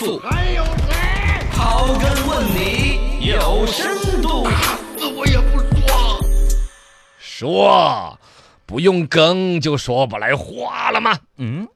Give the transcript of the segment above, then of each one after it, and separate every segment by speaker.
Speaker 1: 傅，还有谁？刨根问底有深度，
Speaker 2: 打死我也不说。
Speaker 3: 说，不用梗就说不来话了吗？
Speaker 1: 嗯，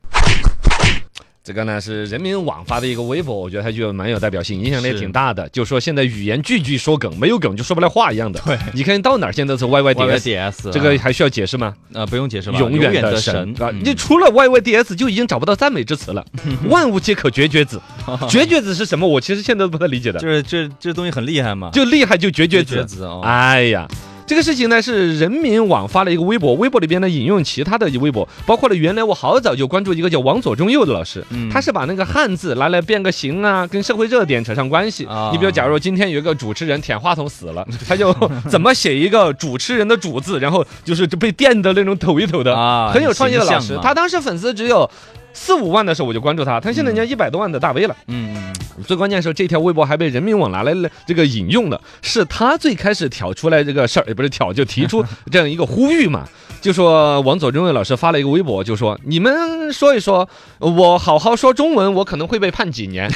Speaker 3: 这个呢是人民网发的一个微博，我觉得它就蛮有代表性，影响力也
Speaker 1: 是
Speaker 3: 挺大的。就说现在语言句句说梗，没有梗就说不来话一样的。
Speaker 1: 对
Speaker 3: 你看到哪儿现在是 Y Y D S，
Speaker 1: YYDS
Speaker 3: 这个还需要解释吗？
Speaker 1: 呃不用解释啊吧，
Speaker 3: 永
Speaker 1: 永
Speaker 3: 远
Speaker 1: 的
Speaker 3: 的神啊！
Speaker 1: 嗯
Speaker 3: 你除了 Y Y D S 就已经找不到赞美之词 了，万物皆可绝绝子。绝绝子是什么？我其实现在都不太理解的
Speaker 1: 就。是这这东西很厉害嘛，
Speaker 3: 就厉害就绝绝子
Speaker 1: 绝。子哦，
Speaker 3: 哎呀，这个事情呢是人民网发了一个微博，微博里边呢引用其他的微博，包括了原来我好早就关注一个叫王左中右的老师，
Speaker 1: 嗯
Speaker 3: 他是把那个汉字拿来变个形啊，跟社会热点扯上关系。
Speaker 1: 啊
Speaker 3: 你比如，假如今天有一个主持人舔话筒死了，他就怎么写一个主持人的主字，然后就是被电的那种抖一抖的
Speaker 1: 啊
Speaker 3: 很有创意的老
Speaker 1: 形
Speaker 3: 师
Speaker 1: 象。嘛
Speaker 3: 他当时粉丝只有。四五万的时候我就关注他，他现在人家一百多万的大 V 了。
Speaker 1: 嗯嗯
Speaker 3: 最关键是这条微博还被人民网拿来了这个引用的，是他最开始挑出来这个事儿，也不是挑，就提 出这样一个呼吁嘛。就说王左中尉老师发了一个微博，就说你们说一说，我好好说中文，我可能会被判几年。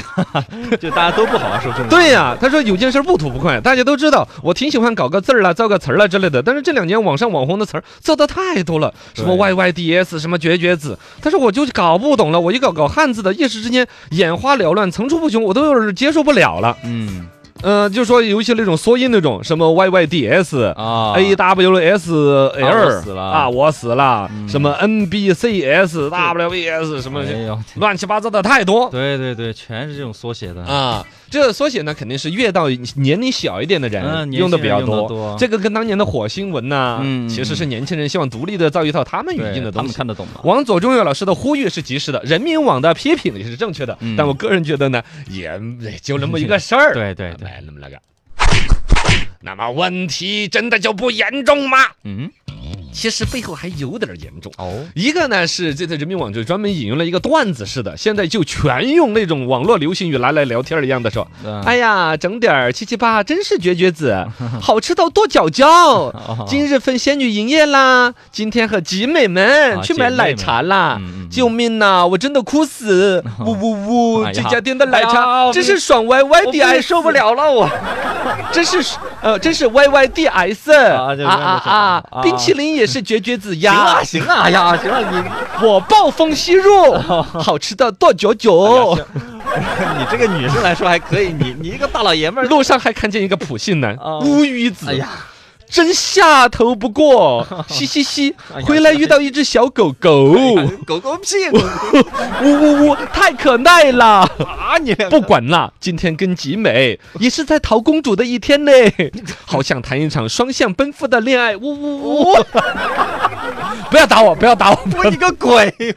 Speaker 1: 嗯，就大家都不好好说中文，
Speaker 3: 对呀、他说有件事不吐不快，大家都知道，我挺喜欢搞个字儿啦、啊造个词儿啦之类的，但是这两年网上网红的词儿造的太多了，什么
Speaker 1: 对
Speaker 3: YYDS，什么绝绝子，他说我就搞不懂了，我一搞搞汉字的，一时之间眼花缭乱，层出不穷，我都有点接受不了了。
Speaker 1: 嗯
Speaker 3: 嗯，就说有一些那种缩音那种，什么 YYDS、
Speaker 1: 啊
Speaker 3: A W S
Speaker 1: 啊我
Speaker 3: L
Speaker 1: 死了
Speaker 3: 啊，我死了，
Speaker 1: 嗯
Speaker 3: 什么 N B C S W E S 什么
Speaker 1: 没有，
Speaker 3: 乱七八糟的太多
Speaker 1: 哎对对对，全是这种缩写的，
Speaker 3: 啊。这缩写呢，肯定是越到年龄小一点的人
Speaker 1: 嗯，
Speaker 3: 用的
Speaker 1: 的
Speaker 3: 比较多。
Speaker 1: 多，
Speaker 3: 这个跟当年的火星文呐
Speaker 1: 嗯，
Speaker 3: 其实是年轻人希望独立的造一套他们语
Speaker 1: 对
Speaker 3: 境的
Speaker 1: 他
Speaker 3: 东
Speaker 1: 们
Speaker 3: 西。
Speaker 1: 看得懂吗？
Speaker 3: 王左中岳老师的呼吁是及时的，人民网的批评也是正确的，
Speaker 1: 嗯
Speaker 3: 但我个人觉得呢，也也就那么一个事儿。
Speaker 1: 对对对，
Speaker 3: 买那么那个。那么问题真的就不严重吗？
Speaker 1: 嗯
Speaker 3: 其实背后还有点严重。
Speaker 1: 哦，
Speaker 3: 一个呢是这次人民网就专门引用了一个段子似的，现在就全用那种网络流行语拿来聊天一样的说，
Speaker 1: 嗯
Speaker 3: 哎呀，整点儿七七八，真是绝绝 子，好吃到跺脚脚。
Speaker 1: 哦
Speaker 3: 今日份仙女营业啦，今天和集美们
Speaker 1: 啊
Speaker 3: 去买
Speaker 1: 姐妹
Speaker 3: 奶
Speaker 1: 们
Speaker 3: 茶啦。
Speaker 1: 嗯嗯
Speaker 3: 救命呐、我真的哭 死！呜呜呜！
Speaker 1: 哎呀
Speaker 3: 这家店的奶
Speaker 1: 哎
Speaker 3: 茶
Speaker 1: 呀
Speaker 3: 真是爽歪歪
Speaker 1: 我
Speaker 3: 的，
Speaker 1: 不
Speaker 3: 哎，
Speaker 1: 能
Speaker 3: 受不了了我。 真是呃，真是 Y Y D S
Speaker 1: 啊
Speaker 3: 啊
Speaker 1: 这个这个
Speaker 3: 啊啊！
Speaker 1: 啊
Speaker 3: 冰淇淋也是绝绝子
Speaker 1: 行
Speaker 3: 呀
Speaker 1: 了！行了，哎呀，哦行了，你
Speaker 3: 我暴风吸入，好吃的剁九
Speaker 1: 哎
Speaker 3: 九。
Speaker 1: 你这个女生来说还可以，你你一个大老爷们儿，
Speaker 3: 路上还看见一个普信男
Speaker 1: 啊
Speaker 3: 乌鱼子
Speaker 1: 哎，呀，
Speaker 3: 真下头不 过，嘻嘻嘻
Speaker 1: 哎。呀
Speaker 3: 回来遇到一只小狗狗，呜
Speaker 1: 狗狗屁股
Speaker 3: 呜呜，太可爱了。
Speaker 1: 哎啊，你两个
Speaker 3: 不管啦，今天跟集美也是在逃公主的一天 呢，好想谈一场双向奔赴的恋爱。呜呜呜！ 不要打我，不要打我！
Speaker 1: 我你个鬼！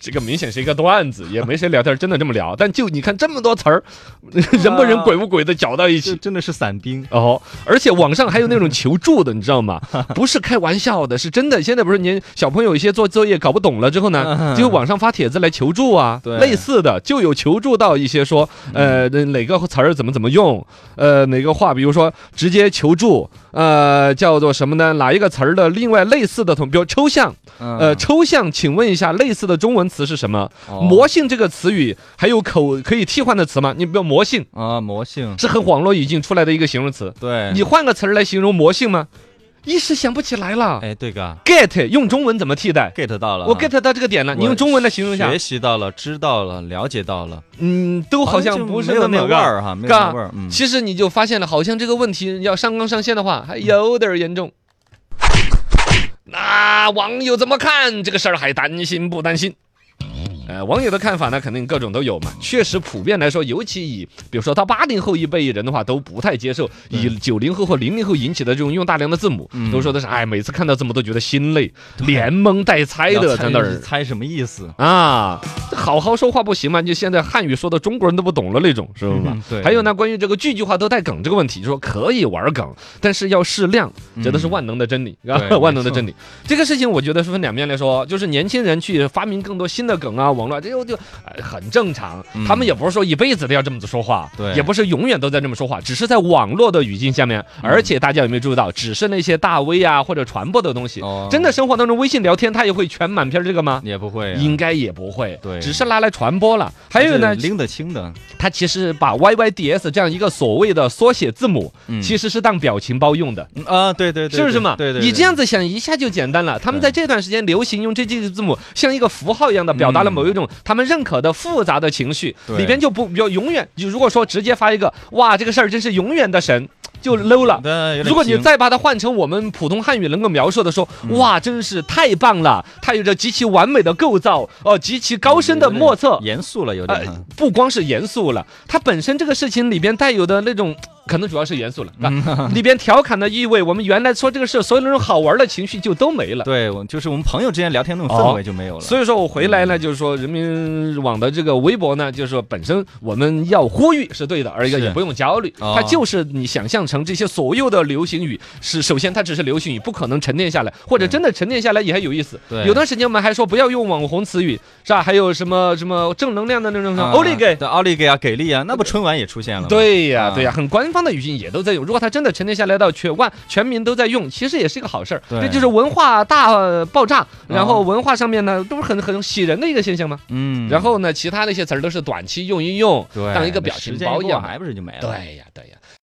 Speaker 3: 这个明显是一个段子，也没谁聊天真的这么聊。但就你看这么多词儿， 人不
Speaker 1: 啊
Speaker 3: 人鬼不鬼的搅到一
Speaker 1: 这
Speaker 3: 起。
Speaker 1: 真的是散兵，
Speaker 3: 哦，而且网上还有那种求助的，你知道 吗？不是开玩笑的，是真的。现在不是您小朋友有一些做作业搞不懂了之后呢，
Speaker 1: 嗯
Speaker 3: 就网上发帖子来求助啊，
Speaker 1: 对嗯
Speaker 3: 类似的就有求助到一些说，呃，那哪个词儿怎么怎么用，呃，哪个话，比如说直接求助，呃，叫做什么呢？哪一个词儿的另外类似的同，比如抽象，呃，
Speaker 1: 呃
Speaker 3: 抽象，请问一下类似的中文词是什么？魔
Speaker 1: 哦魔
Speaker 3: 性这个词语还有口可以替换的词吗？你比如魔性
Speaker 1: 啊魔性，
Speaker 3: 是很网络语境出来的一个形容词。
Speaker 1: 对，
Speaker 3: 你换个词儿来形容魔性吗？一时想不起来了。
Speaker 1: 哎对个
Speaker 3: get 用中文怎么替代？
Speaker 1: get 到了啊，
Speaker 3: 我 get 到这个点了，你
Speaker 1: 我
Speaker 3: 用中文来形容一下
Speaker 1: 学，习到了，知道了，了解到了，
Speaker 3: 嗯， 都好像
Speaker 1: 就
Speaker 3: 不是
Speaker 1: 没有
Speaker 3: 那么
Speaker 1: 那味
Speaker 3: 个。
Speaker 1: 儿哈，没有那味儿，嗯，
Speaker 3: 其实你就发现了，好像这个问题要上纲上线的话，
Speaker 1: 嗯
Speaker 3: 还有点儿严重。那网友怎么看这个事儿？还担心不担心？呃，网友的看法呢，肯定各种都有嘛。确实，普遍来说，尤其以比如说到八零后一辈人的话，都不太接受以九零后或零零后引起的这种用大量的字母，
Speaker 1: 嗯
Speaker 3: 都说的是哎，每次看到字母都觉得心累，连蒙带猜的
Speaker 1: 要
Speaker 3: 在那
Speaker 1: 猜
Speaker 3: 儿
Speaker 1: 猜什么意思？
Speaker 3: 啊，好好说话不行吗？就现在汉语说的中国人都不懂了那种，是不是吧？
Speaker 1: 嗯对
Speaker 3: 还有呢，关于这个句句话都带梗这个问题，就说可以玩梗，但是要适量，这都是万能的真理，啊
Speaker 1: 对
Speaker 3: 万能的真理。这个事情我觉得是分两面来说，就是年轻人去发明更多新的梗啊，网络，这就就、呃很正常
Speaker 4: 嗯。
Speaker 3: 他们也不是说一辈子都要这么子说话，
Speaker 4: 对
Speaker 3: 也不是永远都在这么说话，只是在网络的语境下面。而且大家有没有注意到，只是那些大 V 啊或者传播的东西
Speaker 4: 哦，
Speaker 3: 真的生活当中微信聊天，他也会全满篇这个吗？
Speaker 4: 也不会啊，
Speaker 3: 应该也不会，
Speaker 4: 对
Speaker 3: 只是拿来传播了。还有呢
Speaker 4: 是，拎得清的，
Speaker 3: 它其实把 YYDS 这样一个所谓的缩写字母，
Speaker 4: 嗯
Speaker 3: 其实是当表情包用的。
Speaker 4: 嗯啊，对对对，
Speaker 3: 是不是嘛？
Speaker 4: 对对，
Speaker 3: 你
Speaker 4: 对
Speaker 3: 这样子想一下就简单了。他们在这段时间流行用这几个字母，像一个符号一样的表达了
Speaker 4: 嗯
Speaker 3: 某一种他们认可的复杂的情绪，
Speaker 4: 对
Speaker 3: 里边就不就永远，就如果说直接发一个哇，这个事儿真是永远的神，就 low 了。
Speaker 4: 那有点
Speaker 3: 如果你
Speaker 4: 轻
Speaker 3: 再把它换成我们普通汉语能够描述的说，
Speaker 4: 嗯
Speaker 3: 哇，真是太棒了！它有着极其完美的构造，哦、极其高深的
Speaker 4: 嗯有点
Speaker 3: 莫测，
Speaker 4: 严肃了有点嗯
Speaker 3: 呃，不光是严肃了，它本身这个事情里边带有的那种。可能主要是严肃了，啊， 里边调侃的意味，我们原来说这个事，所有那种好玩的情绪就都没了。
Speaker 4: 对，我就是我们朋友之间聊天那种
Speaker 3: 哦
Speaker 4: 氛围就没有了。
Speaker 3: 所以说我回来呢，就是说人民网的这个微博呢，就是说本身我们要呼吁是对的，而一个
Speaker 4: 是
Speaker 3: 也不用焦虑，
Speaker 4: 哦
Speaker 3: 它就是你想象成这些所有的流行语是，首先它只是流行语，不可能沉淀下来，或者
Speaker 4: 对
Speaker 3: 真的沉淀下来也还有意思。
Speaker 4: 对
Speaker 3: 有段时间我们还说不要用网红词语，是吧？还有什么什么正能量的那种什么欧
Speaker 4: 力
Speaker 3: 力给。
Speaker 4: 对，奥利啊给啊，给力啊，那不春晚也出现了吗？
Speaker 3: 对呀、
Speaker 4: 啊
Speaker 3: 对呀、很官方的语境也都在用。如果它真的沉淀下来到全万全民都在用，其实也是一个好事儿。
Speaker 4: 对啊
Speaker 3: 这就是文化大呃爆炸，然后文化上面呢都是很很喜人的一个现象嘛。
Speaker 4: 嗯，
Speaker 3: 然后呢，其他那些词儿都是短期用一用，
Speaker 4: 对，
Speaker 3: 当一个
Speaker 4: 那
Speaker 3: 表
Speaker 4: 时
Speaker 3: 情
Speaker 4: 间一
Speaker 3: 包一
Speaker 4: 过
Speaker 3: 样嘛。
Speaker 4: 还不是就没了？
Speaker 3: 对呀，对呀。